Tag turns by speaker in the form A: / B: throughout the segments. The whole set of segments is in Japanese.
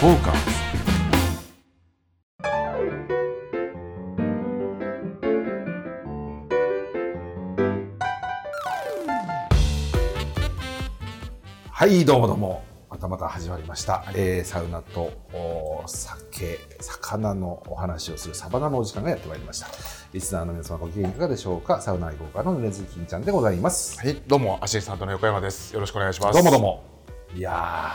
A: フォーカスはいどうもどうもまたまた始まりました、えーサウナとお酒魚のお話をするサバナのお時間がやってまいりましたリスナーの皆様ご機嫌いかがでしょうかサウナ愛好家の根津金ちゃんでございます
B: はい、どうもアシスタントの横山です。よろしくお願いします。
A: どうもどうも。いや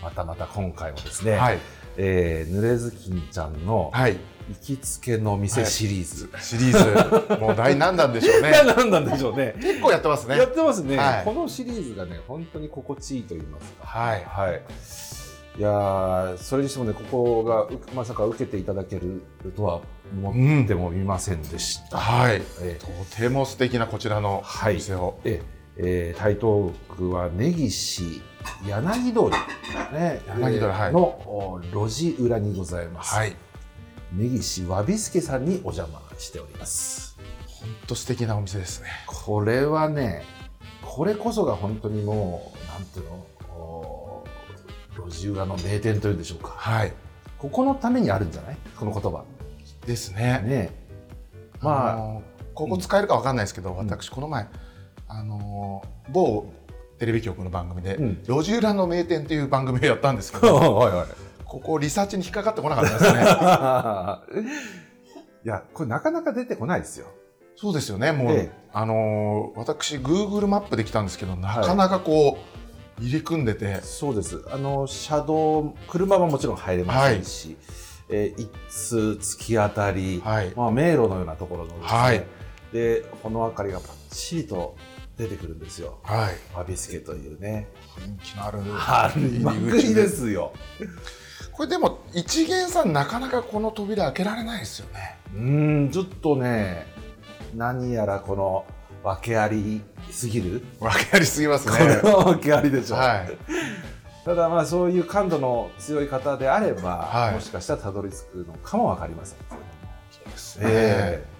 A: ー、またまた今回もですね、
B: はい、
A: えー、ぬれずきんちゃんの
B: はい、
A: 行きつけの店シリーズ。
B: シリーズ、もう第何弾でしょ うね。
A: 何なんでしょうね。
B: 結構やってますね
A: や。ってますね、
B: はい
A: このシリーズがね、本当に心地いいと言いますか。
B: はい、
A: はい。いやー、それにしてもね、ここがうまさか受けていただけるとは思ってもみませんでした。
B: はい、
A: えー
B: とても素敵なこちらのお
A: はい
B: 店を。
A: ええー、台東区は根岸柳通り、ね、
B: 柳通り
A: えー
B: はい
A: のお路地裏にございます、
B: はい、
A: 根岸わびすけさんにお邪魔しております
B: 本当素敵なお店ですね。
A: これはねこれこそが本当にもうなんていうのお路地裏の名店というんでしょうか
B: はい、
A: ここのためにあるんじゃないこの言葉
B: ですね。
A: ねまあ
B: あのここ使えるかわかんないですけど、
A: ん
B: 私この前、あの某テレビ局の番組で、
A: うん
B: 路地裏の名店っていう番組をやったんですけ ど、
A: は
B: ここリサーチに引っかかってこなかったですね。
A: いはいいやこれなかなか出てこないですよ
B: そうですよね、もう、
A: え
B: あのー私、Google マップで来たんですけど、なかなかこう、入り組んでて、
A: そうです。あの車道車はもちろん入れませんし、えー一通突き当たり、
B: はい、
A: まあ迷路のようなところのですね。
B: はい
A: でこの明かりがパッチリと出てくるんですよ。
B: はい、
A: アビスケというね。
B: 雰囲気のある
A: は
B: 入り
A: まく
B: 口
A: りですよ。
B: これでも、一元さん、なかなかこの扉開けられないですよね。
A: うーん、ちょっとね、何やらこの訳ありすぎる。
B: 分かりすぎます
A: これ
B: ね。
A: は訳ありでしょ。
B: はい、
A: ただまあそういう感度の強い方であれば、
B: はい
A: もしかしたらたどり着くのかもわかりませんけども。
B: そうですね
A: ええ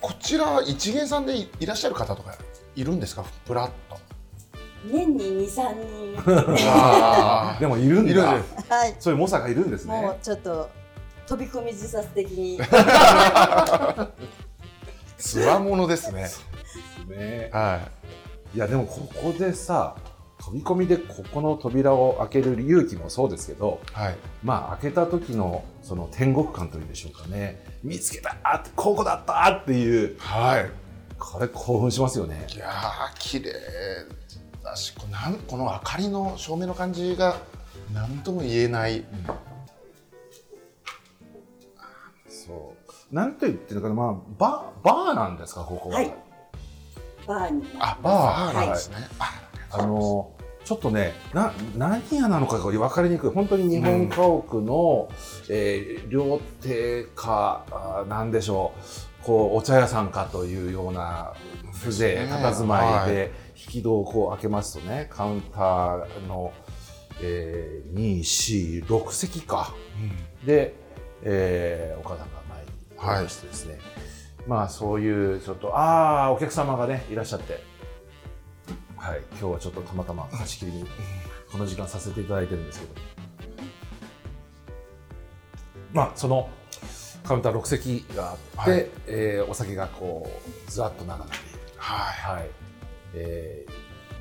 B: こちら、一元さんでいいらっしゃる方とかいるんですか、プラッと。
C: 年に二 三人
B: あ
A: でもいるん
B: い
A: だ。
B: るんです
C: はい
A: そういう猛者がいるんです
C: も
A: ね
C: う。ちょっと飛び込み自殺的に
B: つわものですね。
A: ね
B: はい
A: やでもここでさ飛び込みでここの扉を開ける勇気もそうですけど
B: い、はい、
A: まあ開けた時のその天国感というんでしょうかね見つけたあここだったっていう
B: はい。
A: これ興奮しますよね
B: いやー綺麗だしこなんこの明かりの照明の感じが何とも言えない
A: そうなんと言ってるのかなまあバーバーなんですかここは、
C: はいバーに
B: あ
A: バー
B: なんですね、
A: あのちょっとねな何屋なのかが分かりにくい本当に日本家屋の、えー料亭かあーなんでしょうこうお茶屋さんかというような風情
B: ですね
A: 佇まいで、
B: は
A: 引き戸をこう開けますとねカウンターの、えー、246席かで、えー、お母さんが前におりましてですね、まあそういうちょっとああお客様がねいらっしゃってはい今日はちょっとたまたま貸し切りにこの時間させていただいてるんですけどまあそのカウンター6席があって、
B: はい
A: えーお酒がこうずらっと並んでいる、
B: はい
A: はいえー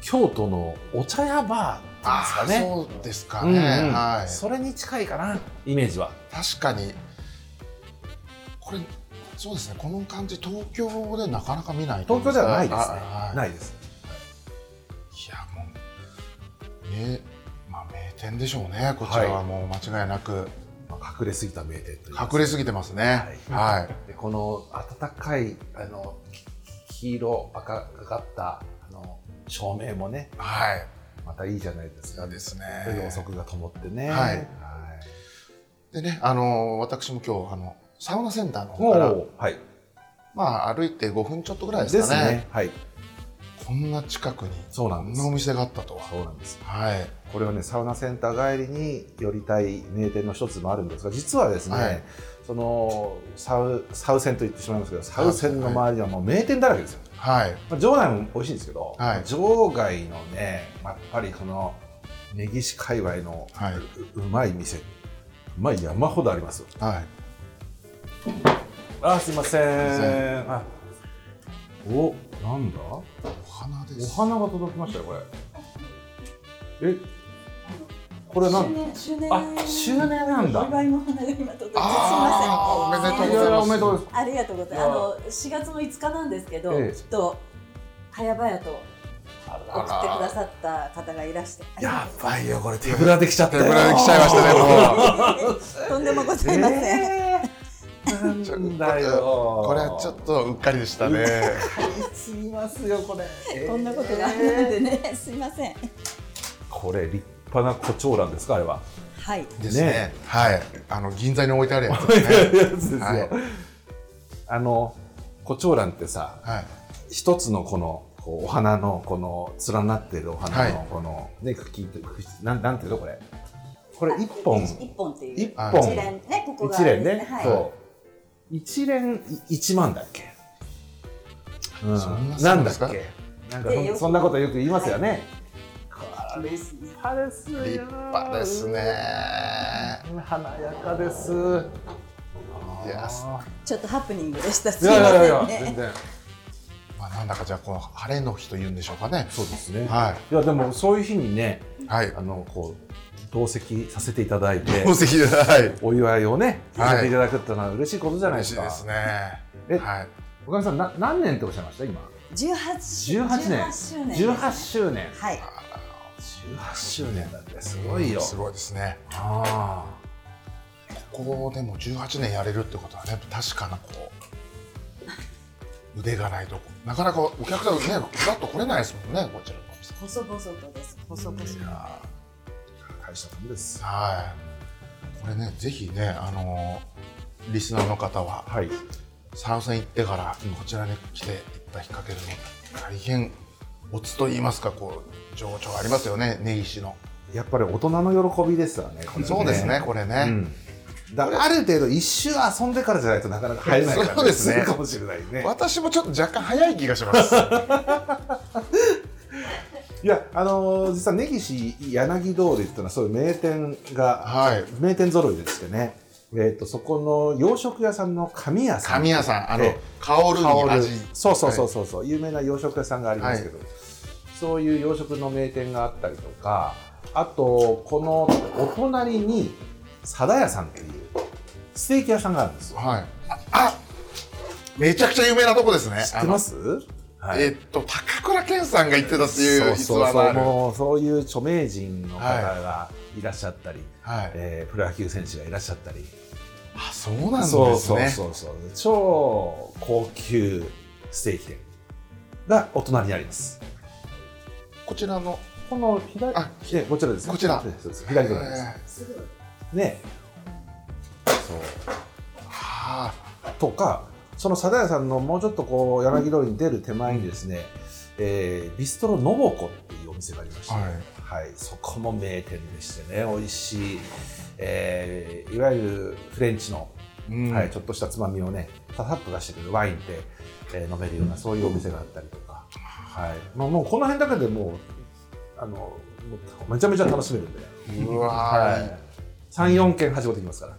A: 京都のお茶屋バーっていうんです
B: あ
A: かね
B: ーそうですか
A: う
B: ね、
A: んうん
B: はい
A: それに近いかなイメージは。
B: 確かにこれそうですねこの感じ東京でなかなか見ないと
A: 東
B: 思う
A: 京
B: ん
A: ではない
B: す
A: で
B: が
A: すね。
B: あはい
A: ないです。
B: いやもう名まあ名店でしょうねこちらはもう間違いなく
A: まあ、隠れすぎた名店という
B: 隠れすぎてますね
A: は
B: はい
A: でこの暖かいあのき黄色赤がかったあの照明もね、
B: はい
A: またいいじゃないですか。
B: ですね
A: ろうそくが灯ってね。
B: はい
A: い
B: でね、あの私も今日あのサウナセンターの
A: お
B: 方から、
A: お、はい。
B: まあ、歩いて5分ちょっとぐらい
A: で
B: です
A: す
B: かね
A: ね。はい。
B: こんな近くに
A: そうな
B: こ
A: ん
B: ん
A: です
B: なお。店があったとは
A: そうなんです。
B: はい
A: これはねサウナセンター帰りに寄りたい名店の一つもあるんですが実はですね、
B: はい
A: そのサウサウセンと言ってしまいますけどサウセンの周りはもう名店だらけですよ、
B: はい
A: まあ、場内も美味しいんですけど、
B: はい
A: 場外のねやっぱりこの根岸界隈の
B: はいう
A: うまい店うまい山ほどありますよ
B: はい
A: あすいません
B: すいませ
A: あおなんだお
B: お花です
A: 花が届きましたよこれえこれなん
C: 周年
A: あ周年なんだ
C: お祝いの花が今届いてすみま
B: あーおめでと
A: いやい
B: うござい
A: や
B: ます
A: おめでとうござい
C: せんありがとうございますあの4月の5日なんですけど、
A: ええ
C: きっと早々と送
A: ま
C: っ
A: す
C: てくださった方がいらして
A: やばいよこれ手ぶらできちゃった
B: 手
A: よ
B: ぶらで来ちゃいま したねもう
C: とんでもございません、
A: えーなんだよ
B: これはちょっとうっかりでしたね
A: すみますよこれ、
C: こんなことがあったのでね、すいません
A: これ立派な胡蝶蘭ですかあれは
C: はい
B: ですね
A: ね
B: はいあの銀座に置いてあるやつです ね
A: やつですよ、
B: はい
A: あの胡蝶蘭ってさ
B: はい
A: 一つのこのこうお花のこの連なってるお花
B: は
A: のこの、ね茎と茎なんなんていうのこれこれ一本
C: 一本っていう
A: 一
B: あ
A: 本
C: 一連ねここが
A: 一連ね、
C: はい
A: そう一連一万だっけ、うん
B: そんなす
A: な
B: る
A: ん
B: んで
A: だっ
B: すか
A: けなんか
C: でよ
A: そ
C: く
A: そんなことよく言いますよね、これ
C: ですね
A: 派ですよ
B: 立派ですね
A: 華やかですい
B: いや
C: ちょっとハプニングでした
A: い
C: すいませ
A: や
C: んね
A: いやいや全然
B: まあなんだかじゃあこの晴れの日というんでしょうかね
A: そうですね、、
B: はい
A: やでもそういう日にね
B: いはい
A: あのこう同席させていただいて
B: 宝石ではい
A: お祝いをね
B: はい
A: させていただくってのは嬉しいことじゃないで
B: 嬉し
A: す
B: い
A: か、
B: ですね
A: え
B: はい
A: おかみさんな何年っておっしゃいました今
C: 18
A: 18年
C: 周年です
A: 18周年
C: はい
A: 18周年だってすごいよ、
B: すごいですね
A: ああ
B: ここでも18年やれるってことはね確かなこう腕がないとなかなかお客さんねガッと来れないですもんねこちらのお店
C: 細々とです細々と
A: いやー大したもんです
B: はいこれねぜひねあのーリスナーの方は
A: はい
B: サウセン行ってからこちらに来ていった引っ掛けるの大変オツと言いますかこう情緒がありますよね根岸の
A: やっぱり大人の喜びですわねこれね
B: そうですねこれね、
A: うん、だからある程度一周遊んでからじゃないとなかなか入れない
B: そ
A: 感
B: うで
A: じす
B: すね
A: るかもしれないね
B: 私もちょっと若干早い気がします
A: いやあのー実は根岸柳通りっていうのはそういう名店が
B: はい
A: 名店揃いでしてねえー、とそこの洋食屋さんの神屋さん
B: 神谷さんあの
A: え
B: 香るに
A: 香る
B: 味
A: そうそうそう
B: は
A: そうそう、有名な洋食屋さんがありますけど、そういう洋食の名店があったりとかあとこのお隣に貞屋さんっていうステーキ屋さんがあるんですよ
B: い、はいああめちゃくちゃ有名なとこですね
A: 知ってます
B: あ
A: は
B: のえっと高倉健さんが行ってたっていう逸
A: そうそう
B: 話も
A: そ
B: あ
A: う
B: る
A: もうそういう著名人の方がいらっしゃったり、
B: はい
A: えープロ野球選手がいらっしゃったり、
B: あそうなんです
A: そ
B: ね
A: うそうそうそう超高級ステーキ店がお隣にあります
B: こちらの
A: この左
B: あ
A: えこちらです
B: こちら
A: そうです左隣です
C: すぐ
A: ね
B: は
A: とかその貞屋さんのもうちょっとこう柳通りに出る手前にですね、えービストロノボコっていうお店がありまし
B: あ
A: て、はいそこも名店でしてね美味しい、えーいわゆるフレンチの、
B: うん
A: はい、ちょっとしたつまみをねささっと出してくれるワインで、えー飲めるようなそういうお店があったりとか、はいまあ、もうこの辺だけでもうあのもうめちゃめちゃ楽しめるんでね、
B: うわー、
A: はい、34軒はしごできますから。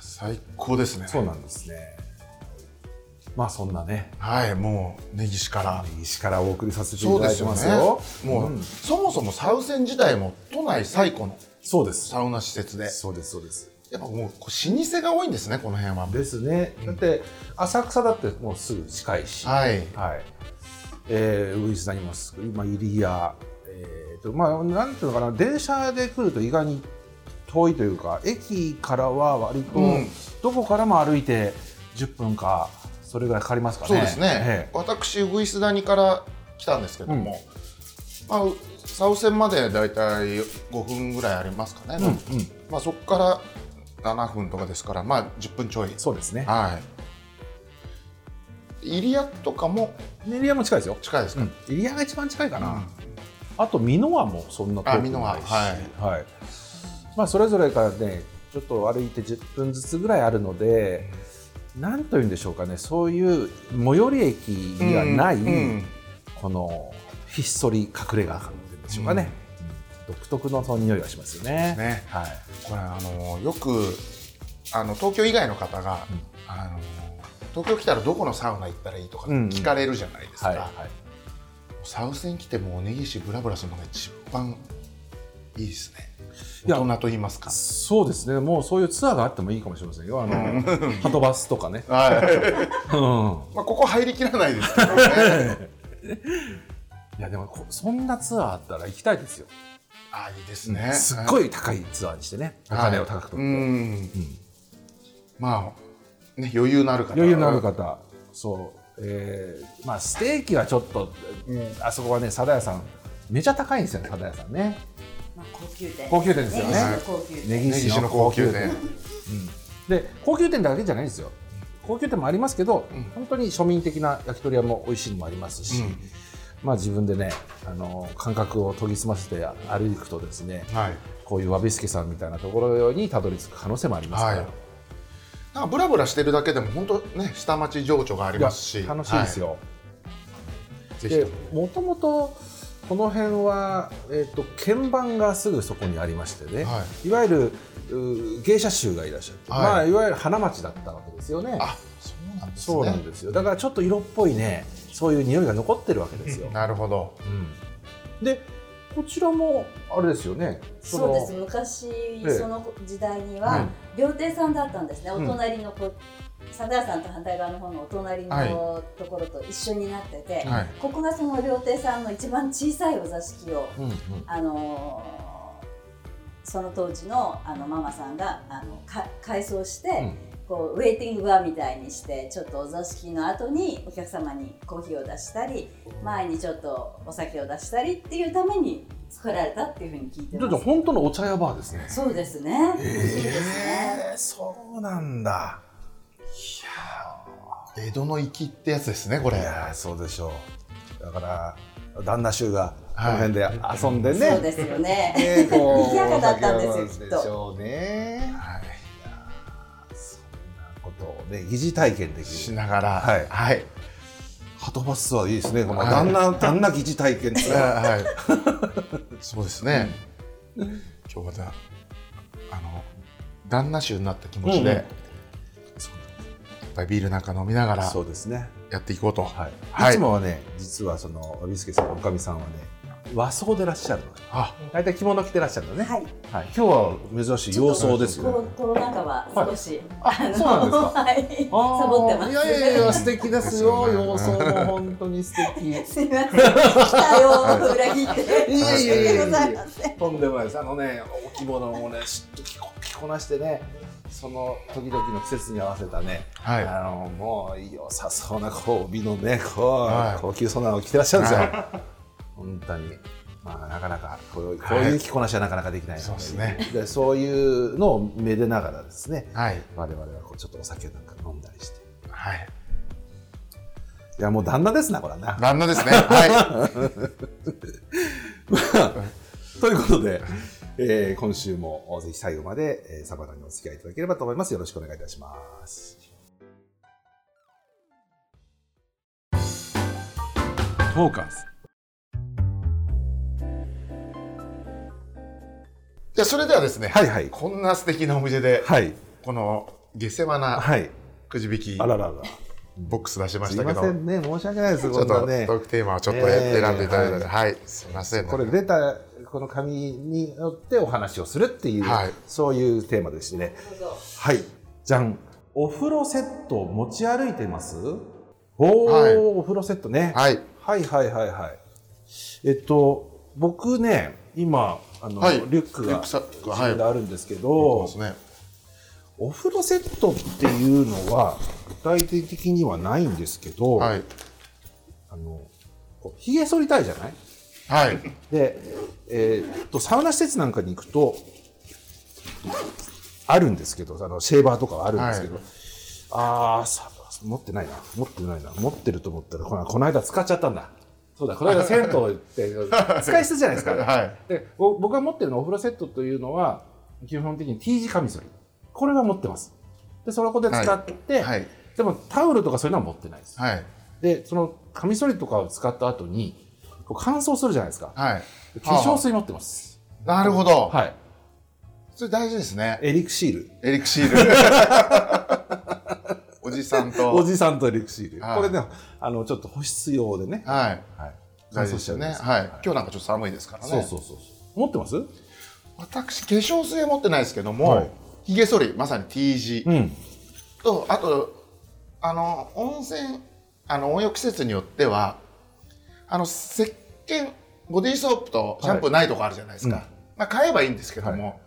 B: 最高ですね
A: そうなんですね。まあそんなね、
B: はいもう根岸から
A: 西からお送りさせていただいてますよ。
B: もう、
A: ん
B: そもそもサウセン自体も都内最古の
A: そうです。
B: サウナ施設で
A: そうですそうです。
B: やっぱもうこう老舗が多いんですねこの辺は
A: ですね。だって浅草だってもうすぐ近いし、
B: はい
A: はい。えー、ウグイスにもすぐ今入谷、えー、とまあなんていうのかな電車で来ると意外に遠いというか駅からは割と、
B: うん
A: どこからも歩いて10分かそれぐらいかかりますかね。
B: そうですね、
A: え
B: 私ウグイス谷から来たんですけども、まあ、うサウセンまでだいたい5分ぐらいありますかね、
A: えうんうん
B: まあ、そこから7分とかですからまあ10分ちょい
A: そうですね。
B: はい入谷とかも
A: 入谷も近いですよ。
B: 近いですか、
A: うん、入谷が一番近いかな、あと美濃和もそんな遠くないし
B: あ美濃
A: はいまあ、それぞれからねちょっと歩いて10分ずつぐらいあるので何というんでしょうかねそういう最寄り駅にはない、
B: うんうん
A: このひっそり隠れ家というんでしょうかね、独特のその匂いがしますよね。
B: ね
A: はい。
B: これあのよくあの東京以外の方が、
A: うん
B: あの東京来たらどこのサウナ行ったらいいとか
A: うんうん
B: 聞かれるじゃないですか、
A: はい。はい。
B: サウスに来てもう根岸ブラブラするのが一番いいですね
A: いや
B: 大人と言いますか
A: そうですね。もうそういうツアーがあってもいいかもしれませんよ。あの、 ハトバスとかね。
B: はい、
A: うん。
B: まあ、ここ入りきらないですけ どね
A: いや、でもこ、そんなツアーあったら行きたいですよ。
B: あいいですね
A: すっ
B: い
A: ごい高いツアーにしてね。お金を高くとって。
B: うん
A: うん
B: まあね余裕のある方
A: 余裕のある方。そう。えー、まあ、ステーキはちょっと、あそこはね、サダヤさん、めちゃ高いんですよね、サダヤさんね。
C: まあ、高級店
A: 高級店ですよね
C: 根岸の高級店、
A: ネ
B: 根岸の高級店。
A: で高級店だけじゃないんですよ高級店もありますけど、
B: うん
A: 本当に庶民的な焼き鳥屋も美味しいのもありますし、
B: うん
A: まあ自分でねあの感覚を研ぎ澄ませて歩くとですね
B: はい
A: こういうわびすけさんみたいなところにたどり着く可能性もありますから、
B: はいなんかブラブラしてるだけでも本当ね下町情緒があり
A: いや
B: ますし
A: 楽しいです、よ、
B: はいぜひ
A: で
B: とも
A: もともとこの辺は、えっと鍵盤がすぐそこにありましてね、、
B: はい
A: わゆるう芸者衆がいらっしゃって、
B: はい
A: まあ、いわゆる花町だったわけですよね。
B: あそうなんですね
A: そうなんですよ。だからちょっと色っぽいね、そういう匂いが残ってるわけですよ。
B: なるほど
A: うんで、こちらもあれですよね。
C: そうです
A: の。
C: 昔、
A: え
C: その時代には、
A: はい
C: 料亭さんだったんですねお
A: うん
C: 隣のこう佐田屋さんと反対側の方のお隣
B: はい
C: のところと一緒になってて、
B: はい
C: ここがその料亭さんの一番小さいお座敷を、
A: うんうん。
C: あのーその当時のあのママさんがあのか改装して、こうウェイティングバーみたいにしてちょっとお座敷の後にお客様にコーヒーを出したり前にちょっとお酒を出したりっていうために作られたっていうふうに聞い
A: う
C: て
A: ん。ちょっと
C: ます。
A: 本当のお茶屋バーですね。
C: そうですね。そうですね。
A: えー、そうなんだ。
B: 江戸の粋ってやつですねこ
A: い
B: れ
A: やー、そうでしょう。だから旦那衆がこの辺で遊んでね。
C: そうですよね。
A: ねこう
C: 賑やかだったんですよ
A: お酒を飲むでしょうね。
B: はい
A: そんなことをね、疑似体験でき
B: し
A: る。
B: ながら
A: はい
B: はい
A: ハトバスはいいですね。この
B: はい
A: 旦那、旦那疑似体験っていうのは。
B: はいそうですね今日またあの旦那衆になった気持ちで、
A: うんうん
B: やっぱりビールなんか飲みながら
A: そうですね。
B: やっていこうと
A: はい、
B: はい
A: いつもはね実はそのビスケさんおかみさんはね和装でいらっしゃるのね
B: あ
A: 大体着物着てらっしゃるのね、はい
C: はい。
A: 今日は珍しい洋装です
C: コ
A: よ
C: ロ
A: ね
C: コロナ禍は少し、あの
A: そうなんですか
C: はい。サボってま
A: あー
C: す。
A: いやいやいや素敵です よ
B: ですよね
A: 洋装も本当に素敵いや
C: すみません。来たよー裏切って。
A: いやいやいや
C: ご
A: い
C: ざい
A: や
C: ません。
A: とんでもないですあのねお着物もねしっと着こ着こなしてねその時々の季節に合わせたね、
B: はい
A: あのもう良さそうなこう帯のねこう、
B: はい
A: 高級そうなのを着てらっしゃるんですよ、
B: は
A: 本当に。まあ、なかなかこういうこういう着こなしはなかなかできないの
B: そうですね
A: でそういうのをめでながらですね
B: はい
A: 我々はこうちょっとお酒なんか飲んだりして
B: はい
A: いやもう旦那ですなこれはな。
B: 旦那ですね は
A: ということで、えー今週もぜひ最後まで、えー、サバナにお付き合いいただければと思いますよろしくお願いいたしますトーカーズ
B: いじゃあそれではですね
A: はいはい
B: こんな素敵なお店で
A: はい
B: この下世話な
A: はい
B: くじ引き
A: あららら
B: ボックス出しまし
A: すい
B: たけ
A: ま
B: ど
A: せんね申し訳ないです
B: ちょ
A: こ
B: っ
A: ん
B: と
A: な
B: ト
A: ね
B: ークテーマをちょっと
A: ええ
B: 選んでいただいたので、
A: は
B: はい、すみません。
A: これ出たこの紙によってお話をするっていう、
B: はい
A: そういうテーマでしてねはいじゃんお風呂セットを持ち歩いてますおお、
B: はい
A: お風呂セットね、
B: はい、
A: はい、はいはいはいえっと僕ね今あの、
B: はい
A: リュック
B: リュ
A: が
B: ックサックが
A: 自分であるんですけど、
B: そうですね。
A: お風呂セットっていうのは具体的にはないんですけど、
B: はい、
A: あのこうひげ剃りたいじゃない
B: はい、
A: で、えーっとサウナ施設なんかに行くとあるんですけどあのシェーバーとかはあるんですけど、
B: は
A: ああさ持ってないな持ってないな持ってると思ったらこのこの間使っちゃったんだそうだこの 間銭湯行って使い捨てじゃないですか、
B: はい、
A: でぼ僕が持ってるのはお風呂セットというのは基本的に T 字カミソリこれは持ってますでそこで使って、
B: はい、
A: でもタオルとかそういうのは持ってないです、
B: はい、
A: でそのカミソリとかを使った後にこう乾燥するじゃないですか
B: はい。
A: 化粧水持ってます。
B: なるほど。
A: はい。
B: それ大事ですね。
A: エリクシール。
B: エリクシ ール。おじさんと。
A: おじさんとエリクシール。
B: はい
A: これね、あの、ちょっと保湿用でね。
B: はい。
A: はい。
B: 大事ですよね。
A: 乾燥しちゃうん
B: はい。今日なんかちょっと寒いですからね。
A: そうそうそうそう。持ってますう
B: 私、化粧水は持ってないですけども、
A: はい
B: 髭剃り、まさに T 字
A: ん。
B: と、あと、あの、温泉、あの、温浴施設によっては、あの、石鹸、ボディーソープとシャンプーないとこあるじゃないですか。
A: うん
B: まあ、買えばいいんですけども、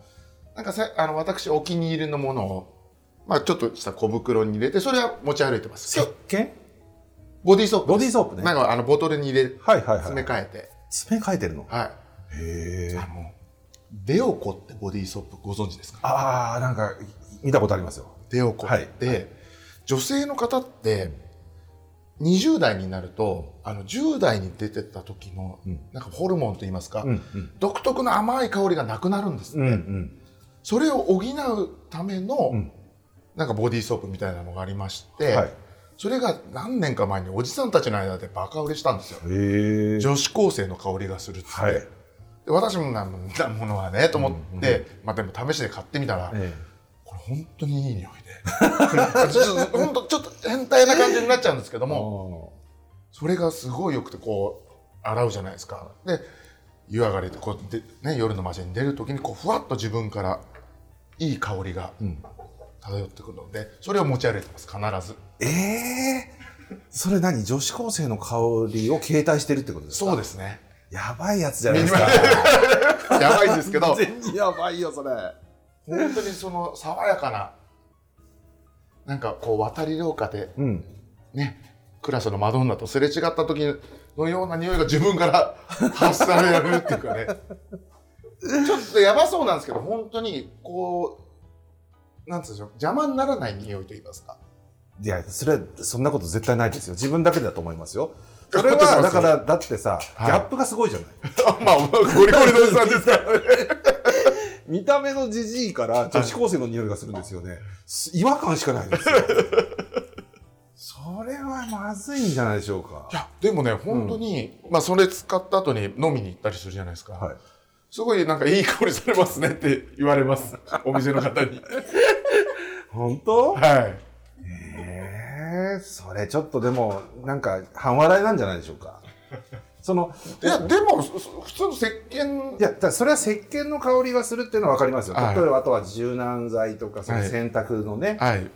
B: なんかさ、あの、私、お気に入りのものを、まあ、ちょっとした小袋に入れて、それは持ち歩いてます。
A: 石
B: 今日
A: 鹸
B: ボディーソープです。
A: ボディーソープね
B: なんか、あの、ボトルに入れ、
A: はいはいは
B: 詰
A: い
B: め。替えて。
A: 爪変えてるの。
B: はい。
A: へえ
B: あ。の、デオコってボディーソープご存知ですか
A: ああ、なんか、見たことありますよ。
B: デオコって、女性の方って20代になるとあの10代に出てった時の、
A: うん
B: なんかホルモンといいますか、
A: うんうん。
B: 独特の甘い香りがなくなるんです、
A: うんうん。
B: それを補うための、
A: うん
B: なんかボディーソープみたいなのがありまして、
A: はい
B: それが何年か前におじさんたちの間でバカ売れしたんですよ
A: へえ。
B: 女子高生の香りがするっつって、
A: はい。
B: で私もなんなんだものはねと思って、まあ、でも試しで買ってみたら、
A: え
B: これ本当にいい匂いでちょっと本当ちょっと変態な感じになっちゃうんですけど
A: え。
B: も
A: も
B: それがすごいよくてこう洗うじゃないですかで湯上がりでこうで、ね、夜の街に出る時にこうふわっと自分からいい香りが
A: ん
B: 漂ってくるのでそれを持ち歩いてます必ず
A: う。ええ。それ何女子高生の香りを携帯してるってことですか
B: そうですね
A: やばいやつじゃないですか。
B: やばいんです けど本
A: 全然やばいよ、それ。
B: 当にその爽やかななんかこう渡り廊下で
A: うん。
B: ね、クラスのマドンナとすれ違った時のような匂いが自分 から発されるっていうかねちょっとやばそうなんですけど本当にこうなんつうんでしょう邪魔にならない匂いと言いますか
A: いや、それは、そんなこと絶対ないですよ。自分だけだと思います よ。それ
B: だと
A: は、
B: 思いま
A: だ
B: す
A: か
B: よ
A: ら、だってさ、ギ
B: はい
A: ャップがすごいじゃない。
B: まあゴリゴリのおじさんですからね
A: 見た目のじじいから女子高生の匂いがするんですよね。す違和感しかないですよ。 それはまずいんじゃないでしょうか
B: い。やでもね本当に、まあそれ使った後に飲みに行ったりするじゃないですか、
A: はい。
B: すごいなんかいい香りされますねって言われます お店の方に
A: 本当
B: はい
A: ええそれちょっとでも、なんか、半笑いなんじゃないでしょうか。その、
B: いやでもそそ普通の石鹸
A: いや、だからそれは石鹸の香りがするっていうのはわかりますよ。
B: はい
A: 例えば、あとは柔軟剤とか、その
B: はい
A: 洗濯のね、
B: はい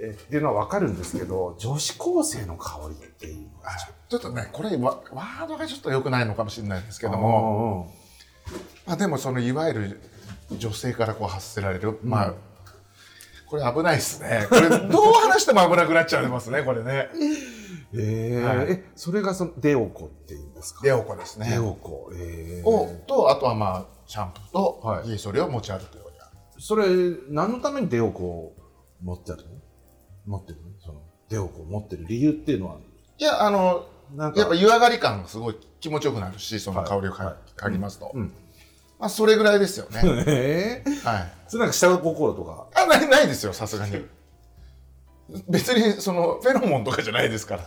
A: えっていうのはわかるんですけど、女子高生の香りっていうのはちょっ
B: ちょっとねこれワワードがちょっと良くないのかもしれないんですけ
A: と
B: どもまあ、でもそのいわゆる女性からこう発せられる、まあこれ危ないですね これどう話しても危なくなっちゃいますねこれね
A: うんうんええ
B: はい
A: え、それがその、デオコっていうんですか
B: レオコですね
A: レオコ、えー
B: をとあとはまあシャンプーと
A: はい
B: 家それを持ち歩くようには
A: それ何のためにデオコを持ってあるの持ってるのそのデオコを持ってる理由っていうのはい
B: やあの
A: なんか
B: やっぱ湯上がり感がすごい気持ちよくなるしその香りを
A: はい
B: か嗅ぎますと、
A: うん
B: まあそれぐらいですよねは い
A: ええそれなんか下心とか
B: あないないですよさすがに別にそのフェロモンとかじゃないですから、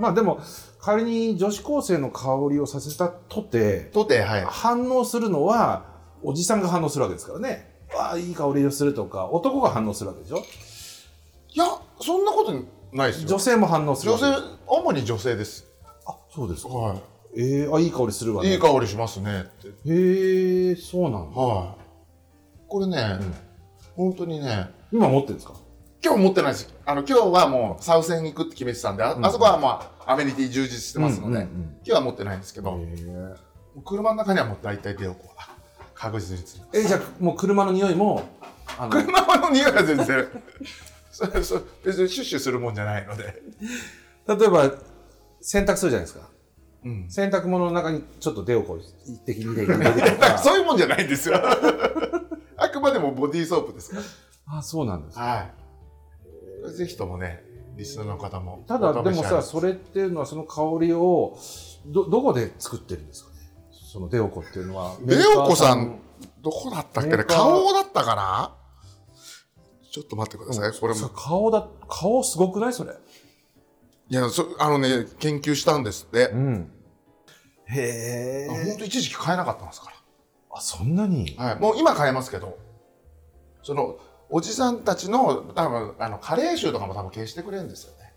A: まあでも仮に女子高生の香りをさせたとて
B: とてはい
A: 反応するのはおじさんが反応するわけですからねわあいい香りをするとか男が反応するわけでしょ
B: いやそんなことないですよ
A: 女性も反応する
B: 女
A: わけ
B: 性主に女性です、
A: あそうですか
B: は
A: ええあいい香りするわ
B: い、い
A: ね
B: い香りしますねって
A: へえそうなんだ
B: はいこれね、本当にね
A: 今持ってるんですか
B: 今日持ってないですあの今日はもうサウセンに行くって決めてたんであ,、
A: ん
B: あそこはまあアメニティ充実してますので、
A: うんうんうん
B: 今日は持ってないんですけど、
A: ええ
B: 車の中にはもう大体出ようは 確実につる
A: えじゃあもう車の匂いもあの
B: 車の匂いは全然それそれ別にシュッシュするもんじゃないので
A: 例えば洗濯するじゃないですか
B: うん
A: 洗濯物の中にちょっと手をこう一滴二滴入れ るとか
B: そういうもんじゃないんですよ あくまでもボディーソープですから
A: あそうなんです
B: はい。ぜひともね、リスナーの方も。
A: ただでもさそれっていうのはその香りをどどこで作ってるんですかねそのデオコっていうのは
B: レオコさん、どこだったっけ
A: メ
B: ね
A: ーカー
B: 顔だったかなちょっと待ってください。これ
A: そう
B: も。
A: 顔だ顔すごくないそれ
B: いや、そあのね、研究したんですって。
A: んへ
B: 本
A: え
B: 当一時期買えなかったんですから。
A: ああそんなに
B: はい、もう今買えますけどそのおじさんたちの多分あのカレー臭とかも多分消してくれるんですよね、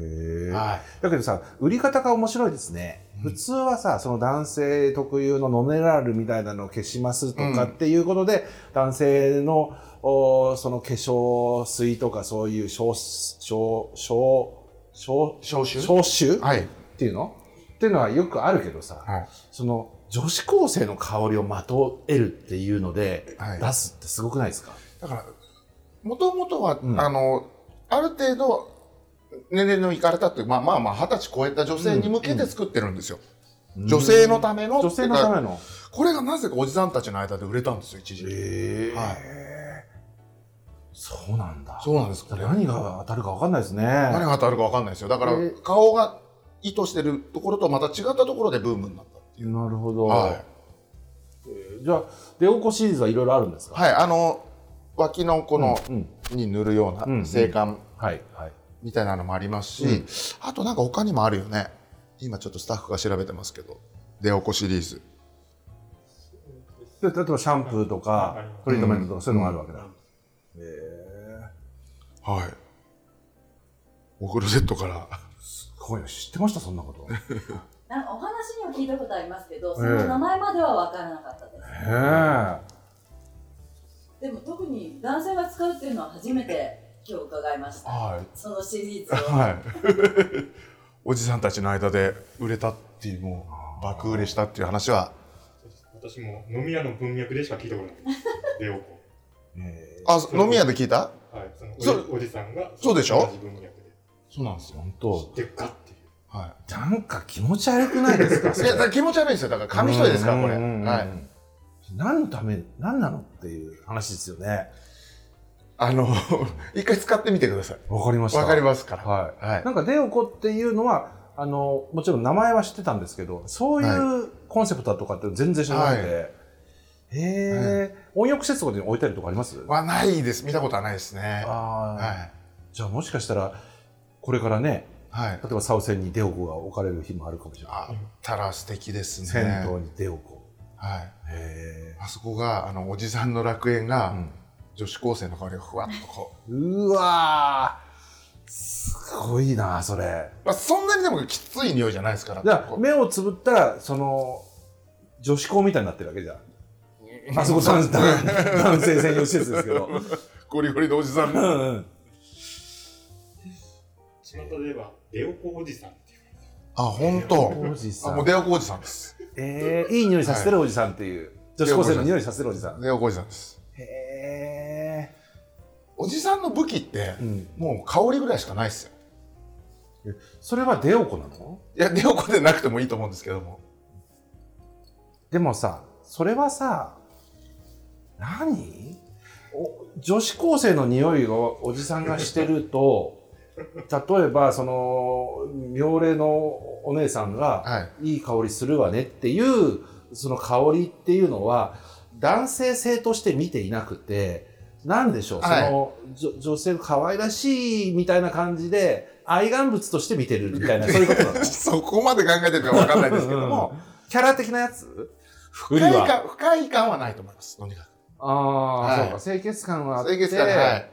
A: へえ
B: はい
A: だけどさ売り方が面白いですね、
B: うん
A: 普通はさその男性特有のノネラルみたいなのを消しますとかっていうことで、男性のおーその化粧水とかそういう消消消消
B: 消臭
A: 消臭っ
B: はい、
A: ていうのっていうのはよくあるけどさ、
B: はい
A: その女子高生の香りをまとえるっていうので
B: はい
A: 出すってすごくないですか、
B: だからもともとは、
A: うん
B: あのある程度年齢のいかれたってまあまあまあ二十歳超えた女性に向けて作ってるんですよ、女性のための
A: 女性のための
B: これがなぜかおじさんたちの間で売れたんですよ一時期
A: ええ
B: はい
A: そうなんだ
B: そうなんですこれ
A: 何が当たるか分かんないですね
B: 何が当たるか分かんないですよだから
A: えー
B: 顔が意図してるところとまた違ったところでブームになったっていう、
A: なるほど、
B: はい
A: えーじゃあデオコシリーズはいろいろあるんですか
B: はい、あの脇のこの、
A: うん
B: に塗るよう
A: うん
B: な静観
A: はいはい
B: みたいなのもありますし、
A: うん
B: あとなんか他にもあるよね今ちょっとスタッフが調べてますけどデオコシリーズ
A: で例えばシャンプーとか
D: はい
A: トリートメントとかそういうのがあるわけだ、
D: うん
A: え
B: はいお風呂セットから
A: ーこういうの知ってましたそんなこと
C: なんかお話にも聞いたことありますけど、
A: え
C: その名前までは分からなかったです。
A: へえ
C: でも特に男性が使うっていうのは初めて今日伺いました。
B: は
C: そのシリー
B: い
C: ズを。
B: はいおじさんたちの間で売れたっていうもう爆売れしたっていう話は
D: 私も飲み屋の文脈でしか聞いたことないです。レオコ。
A: え
B: あ飲み屋で聞いた
D: はい、そのおじ
B: そう
D: おじさんが
B: そうでしょ
D: 同じ文脈で。
B: そうなんです
A: ー、本当
D: でっかっていう。
B: は
A: なんか気持ち悪くないですか
B: いいやだから気持ち悪いんですよだから紙一重ですからこれ
A: うんうんうん
B: はい
A: 何のため何なのっていう話ですよね
B: あの 一回使ってみてください
A: わかりました
B: わかりますから
A: は
B: はい
A: なんかデオコっていうのはあのもちろん名前は知ってたんですけどそういうコンセプトだとかって全然知らないんで、へえ、温浴施設とかに置いたりとかあります、
B: はないです見たことはないですね
A: あー
B: はい
A: じゃあもしかしたらこれからね
B: はい
A: 例えばサウセンにデオコが置かれる日もあるかもしれない
B: あったら素敵ですね
A: 銭湯にデオコ
B: はい
A: へ
B: あそこがあのおじさんの楽園
A: え、
B: が、女子高生の香りがふわっとこう、
A: うん、うわーすごいなそれ
B: まあ、そんなにでもきつい匂いじゃないですから
A: じゃあ
B: こう
A: 目をつぶったらその女子校みたいになってるわけじゃん。 あそこ男男男性専用施設ですけど。
B: ゴリゴリのおじさん
A: う
B: の
A: んうん
D: 仕事で言えば、レオコおじさんっていう。
B: あ本当
A: おじさ。
B: あもうん出おこおじさんです
A: えー、いい匂いさせてるおじさんっていう、女子高生の匂いさせてるおじさん。
B: 出おこおじさんです
A: へ
B: おじさんの武器って、
A: え。うん。
B: もう香りぐらいしかないですよ
A: それは出オコなの？
B: いや出おこでなくてもいいと思うんですけども
A: でもさ、それはさ、何？お女子高生の匂いをおじさんがしてると、例えばその妙齢のお姉さんが。
B: はい
A: いい香りするわねっていうその香りっていうのは男性性として見ていなくてなんでしょう、
B: はい
A: その女女性の可愛らしいみたいな感じで愛玩物として見てるみ たいなそういうことなの
B: そこまで考えてるかわかんないですけども、
A: キャラ的なやつ
B: 不
A: 不
B: 快感不快感はないと思いますとにかく
A: ああ、
B: はい
A: そうか清潔感はあって
B: 清潔感はい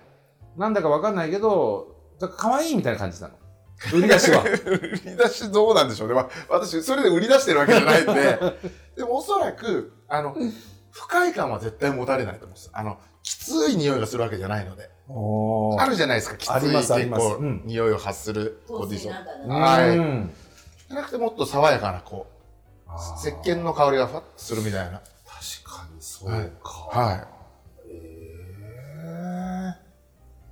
A: なんだかわかんないけどだから可愛いみたいな感じな の売り出しは
B: 売り出しどうなんでしょうね、まあ私それで売り出してるわけじゃないん ででもおそらくあの不快感は絶対持たれないと思うんですあのきつい匂いがするわけじゃないので
A: お
B: あるじゃないですかきつい
A: ありますあり
B: 結
A: ます
B: 構、
A: うん
B: 匂いを発するボ
C: 香
B: ディー
C: 水
B: ソー
C: なん
B: プ
C: か
A: うん
C: な
B: はいじゃなくてもっと爽やかなこ
A: あ
B: う
A: ー
B: 石鹸の香りがふわっとするみたいな
A: 確かにそうか、
B: は
A: えー、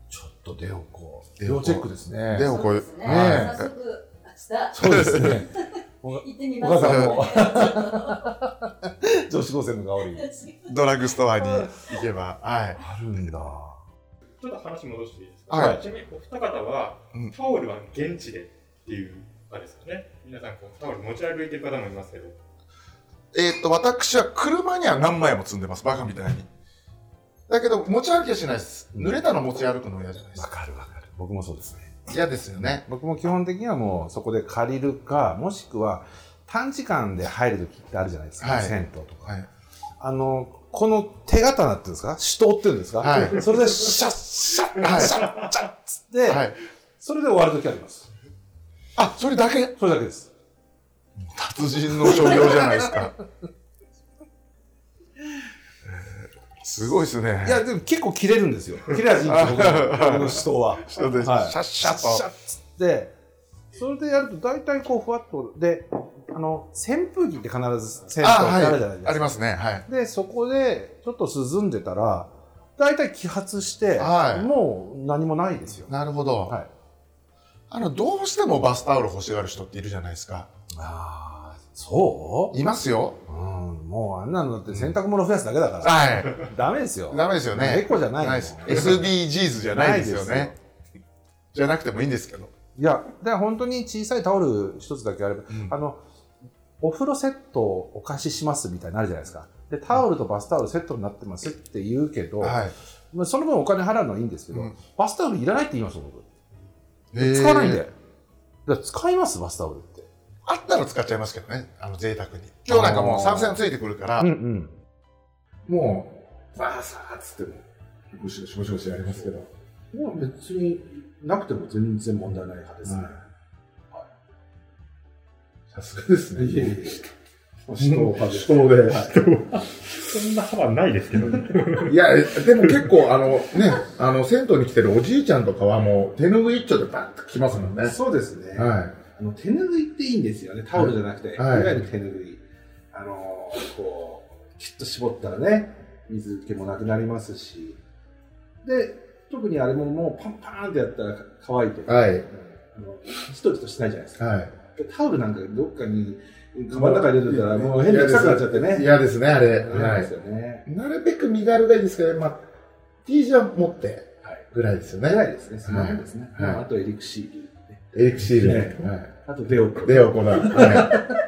A: ちょっとデオコ
B: デオコ
A: 要チェックですね
B: いで
C: そ
B: もこ
C: う
B: れ
C: ですね。
B: は
C: 早
B: い
C: 速
A: そうですね
C: 明日行ってみ
A: お
C: ま
A: 母
C: す。
A: さんも女子高生の香り
B: ドラッグストアに行けばはい
A: あるんだ
D: ちょっと話戻していいですか、
B: はい
D: ちなみにお二方は、
B: うん
D: タオルは現地でっていう、あれですよね。皆さんこう、タオル持ち歩いてる方もいますけど、
B: えーっと私は車には何枚も積んでますバカみたいにだけど持ち歩きはしないです濡れたの持ち歩くの嫌じゃないです
A: わかるわかる僕もそうですね
B: 嫌ですよね
A: 僕も基本的にはもうそこで借りるかもしくは短時間で入る時ってあるじゃないですか、
B: はい
A: 銭湯とか、
B: はい
A: あの、この手刀っていうんですか手刀っていうんですか、
B: はい
A: それでシャッシャッ、
B: はい
A: シャッシャッつって、
B: はい。
A: それで終わる時あります。
B: あ、それだけ
A: それだけです。
B: 達人の所業じゃないですか。えーすごいですね。
A: いや、でも結構切れるんですよ。切れ味いいんですよ、僕の僕の手刀は。
B: そうです、
A: はい
B: シャッシャッと。
A: シャッつって、それでやると大体こうふわっと、で、あの、扇風機って必ず扇風機
B: あ、
A: ってあるじゃないです
B: はい。
A: か。
B: ありますね。はい。
A: で、そこでちょっと涼んでたら、大体揮発して、
B: はい
A: もう何もないですよ。
B: なるほど。
A: はい。
B: あの、どうしてもバスタオル欲しがる人っているじゃないですか。
A: ああ、そ
B: いますよ。
A: ううん、もうあんなのだって洗濯物増やすだけだから、
B: はい。
A: ダメですよ。
B: ダメですよ
A: エ
B: ね。
A: コじゃない
B: ない
A: の
B: です。SDGs じゃないですよ
A: ないで
B: ね。じゃなくてもいいんですけど。
A: いや、で本当に小さいタオル一つだけあれば、
B: ん
A: あの、お風呂セットをお貸ししますみたいになるじゃないですか。で、タオルとバスタオルセットになってますって言うけど、
B: はい。
A: まあその分お金払うのはいいんですけど、
B: うん
A: バスタオルいらないって言いますよ、僕。
B: えー
A: 使わないんで。だから使いますバスタオルって。
B: あったら使っちゃいますけどね。あの、贅沢に。今日なんかもう参戦ついてくるから
A: うん、うん。
B: もう、バーサーっつっても、むしろしもしもしやりますけど。
A: もう別になくても全然問題ない派ですね。
B: さすがですね。
A: いえいえ
D: 手刀
A: 派
B: 手刀で。
D: そんな幅ないですけどね。
B: いや、でも結構、あの、ね、あの、銭湯に来てるおじいちゃんとかはもう、手拭い一丁でバッと来ますもんね。
A: そうですね。
B: は
A: あの手拭いっていいんですよね。タオルじゃなくて、
B: はい
A: いわゆる手拭い。あのーこう、きっと絞ったらね、水気もなくなりますし。で、特にあれももうパンパーンってやったら乾いて、
B: い。はい。
A: あのじとじとしないじゃないですか。
B: はい。
A: タオルなんかどっかに、カバンの中に入れてたらもう変で臭くなっちゃってね。
B: 嫌ですね、あれ。
A: 嫌
B: は
A: です
B: い。
A: よね。
B: なるべく身軽がいいですけど、まあ、T 字は持って
A: はい、
B: ぐらいですよ
A: ぐら
B: ね。
A: いですね、その辺ですね。
B: はい
A: まああとエリクシール、ね
B: エリクシールね。
A: あとデオコ
B: はい。で、行う。はい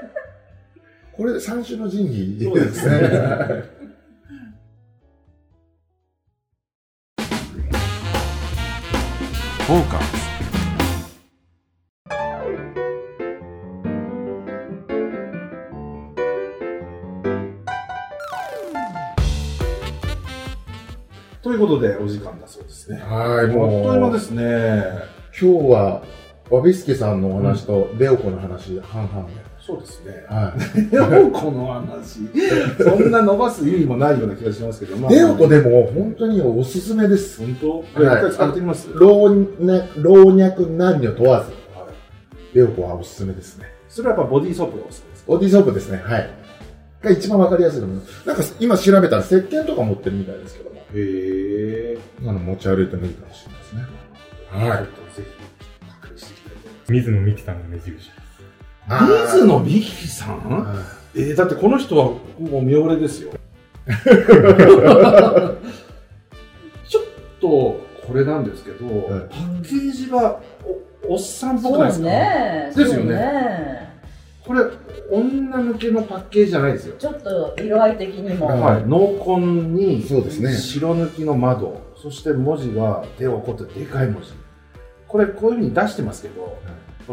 B: これで三種の神器
A: そうですね。
B: フォーカス。
A: ということで、お時間だそうですね。
B: は
A: あ
B: い、
A: っと
B: もう。
A: いう間ですね。
B: 今日は、わびすけさんのお話と、レオコの話、半々で。
A: そうですね。
B: はい。
A: でもこの話、そんな伸ばす意味もないような気がしますけど、ま
B: レオコでも、本当におすすめです。
A: 本当、こ
B: は
A: れ一
B: い
A: 回使ってみます、
B: 老若、老若男女問わ
A: は
B: ず、
A: い
B: レオコはおすすめですね。
A: それはやっぱボディーソープがおすすめですか
B: ボディーソープですね。はい。が一番わかりやすいと思います。なんか、今調べたら、石鹸とか持ってるみたいですけども。
A: へえ。
B: なの持ち歩いてもいいかもしれないですね。
A: ちょ
B: は
A: っとぜひ、確認していきたいと思い
D: 水野美紀さんの目印。
A: ま
B: い。
A: す。水野美紀さん
B: は
A: えー、だってこの人はもう見惚れです よ。ちょっと、これなんですけど、
B: はい
A: パッケージがおおっさんっぽ
C: そ
A: く
C: う
A: ない
C: ね
A: ですか
C: そう
A: ですよねこれ、女向けのパッケージじゃないですよ。
C: ちょっと色合い的にも、
B: はい
A: はい、濃紺に
B: い。そうですね。
A: 白抜きの窓そして文字が手をこってでかい文字これこういうふうに出してますけど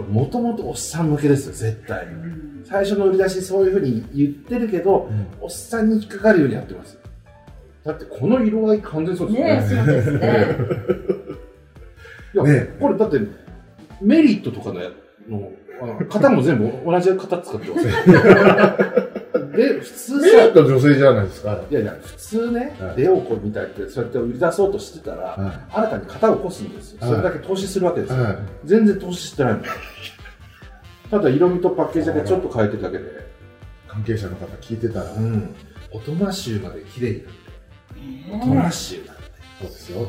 A: もともとおっさん向けですよ絶対
C: うん
A: 最初の売り出しそういうふうに言ってるけどおっさんに引っかかるようにやってますだってこの色合い完全そうですよ
C: ね
A: ね
C: そうですね
A: いや
B: ね
A: これだってメリットとかのやのあの型も 全部同じ型使ってますよで普通
B: メ
A: さ
B: ラット女性じゃないですか。
A: いやいや普通ね、
B: はい
A: レオコみたいってそうやって売り出そうとしてたら、
B: は
A: 新たに型を起こすんですよ、
B: はい
A: それだけ投資するわけですよ、
B: は
A: 全然投資してないもんただ色味とパッケージだけちょっと変えてるだけで、
B: い。関係者の方聞いてたら、
A: うん大人臭まで綺麗になる
C: ね
A: 大人臭なんて、
B: そうですよ。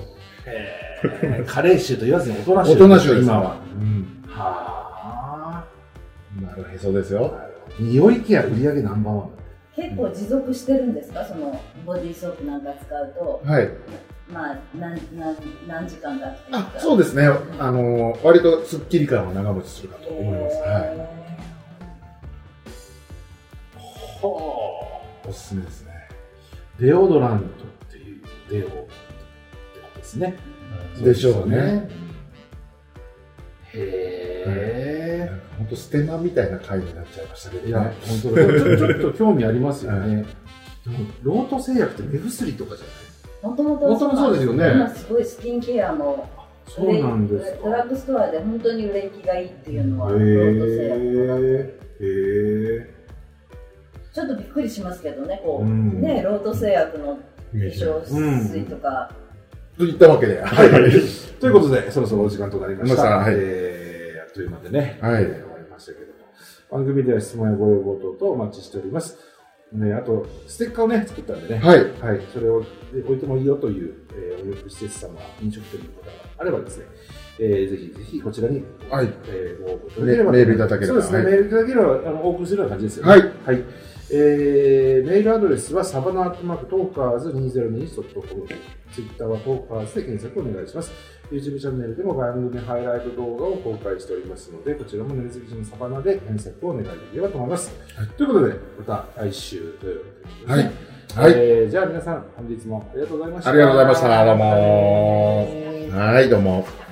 A: えー、カレー臭と言わずに大人
B: 大
A: 臭
B: 人種です。
A: 今は
B: うん。
A: はあ
B: なるへそですよ。
A: 匂いケア売り上げナンバーワン
C: 結構持続してるんですかそのボディーソープなんか使うと
B: はい。
C: まあ何何何時間だっていう
B: あ
C: か、
B: そうですね。あのー、割とスッキリ感は長持ちするかと思います。はい。
A: は
B: おすすめですね。
A: あデオドラントっていうデオってことですね
B: でしょうね。
A: へえ
B: 本当ステマみたいな回になっちゃいましたけど
A: いや
B: ね。、
A: 本当だ。ちょちょっと興味ありますよね。
B: ロート製薬って目薬とかじゃない
C: もとも
B: もともそうですよね
C: 今すごいスキンケアも
B: そうなんです
C: ドラッグストアで本当に売れ行きがいいっていうのはロード製
B: へえへえ
C: ちょっとびっくりしますけどねこう、
B: うん
C: ねロート製薬の化
D: 名刺
C: 粧水とか、
B: といったわけではい
E: ということで、そろそろお時間となりました。
B: まあはい
E: えーあっという間でね、
B: はい
E: えー終わりましたけども。番組では質問やご要望等々お待ちしております。ね、あと、ステッカーをね、作ったんでね。
B: はい
E: はい、それをえ置いてもいいよという、えー、お洋服施設様、飲食店の方があればですね、えー、ぜひぜひこちらに、
B: はい
E: えー、ご応募いただければ
B: メメールいただければ
E: そうですね、
B: はい
E: メールいただければあのお送りするような感じですよね。
B: はい
E: はいえー、メールアドレスはサバナアットマークトーカーズ 2021.com ツイッターはトーカーズで検索お願いします。YouTube チャンネルでも番組ハイライト動画を公開しておりますので、こちらもネルズキのサバナで検索をお願いできればと思います。ということで、また来週ということで、ね。
B: はいはい
E: えーじゃあ皆さん、本日もありがとうございました。
B: ありがとうございましたどうもはいどうも